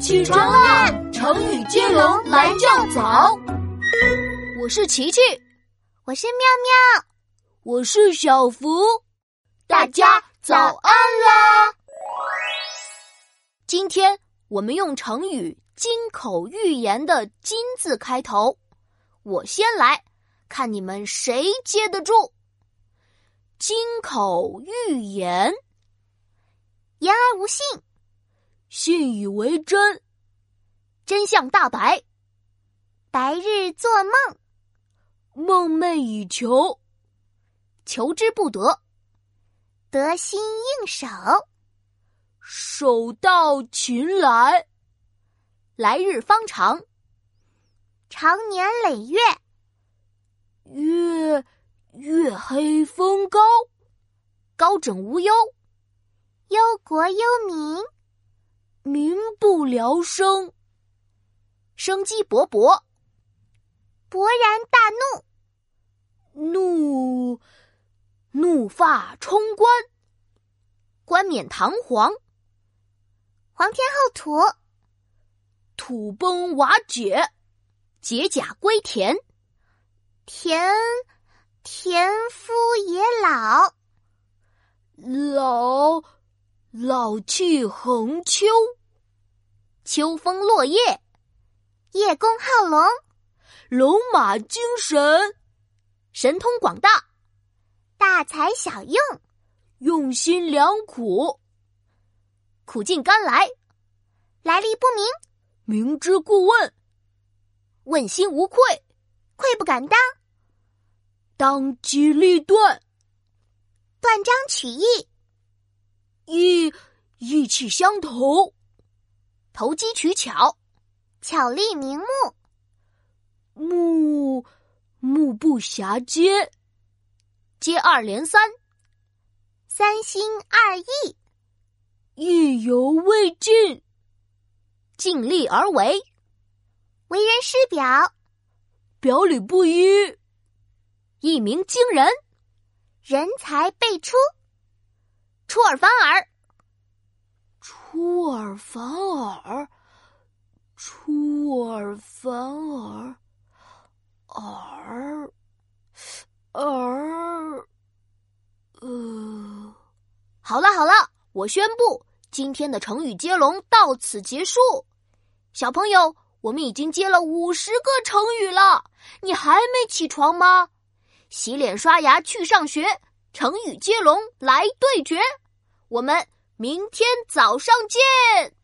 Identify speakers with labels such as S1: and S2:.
S1: 起床啦！成语接龙来较早。我是琪琪，
S2: 我是妙妙，
S1: 我是小福，大家早安啦！今天我们用成语“金口玉言”的“金”字开头，我先来，看你们谁接得住。金口玉言，
S2: 言而无信，
S1: 信以为真，真相大白，
S2: 白日做梦，
S1: 梦寐以求，求之不得，
S2: 得心应手，
S1: 手到擒来，来日方长，
S2: 长年累月，
S1: 月月黑风高，高枕无忧，
S2: 忧国忧民，
S1: 民不聊生，生机勃勃，
S2: 勃然大怒，
S1: 怒怒发冲冠，冠冕堂皇，
S2: 皇天厚土，
S1: 土崩瓦解，解甲归田，
S2: 田田夫也老，
S1: 老老气横秋，秋风落叶，
S2: 叶公好龙，
S1: 龙马精神，神通广大，
S2: 大材小用，
S1: 用心良苦，苦尽甘来，
S2: 来历不明，
S1: 明知故问，问心无愧，
S2: 愧不敢当，
S1: 当机立断，
S2: 断章取义，
S1: 意意气相投，投机取巧，
S2: 巧立名目，
S1: 目目不暇接，接二连三，
S2: 三心二意，
S1: 意犹未尽，尽力而为，
S2: 为人师表，
S1: 表里不一，一鸣惊人，
S2: 人才辈出，
S1: 出尔反尔，出尔反尔，出尔反尔，尔尔，呃，好了好了，我宣布今天的成语接龙到此结束。小朋友，我们已经接了五十个成语了，你还没起床吗？洗脸刷牙去上学，成语接龙来对决。我们明天早上见。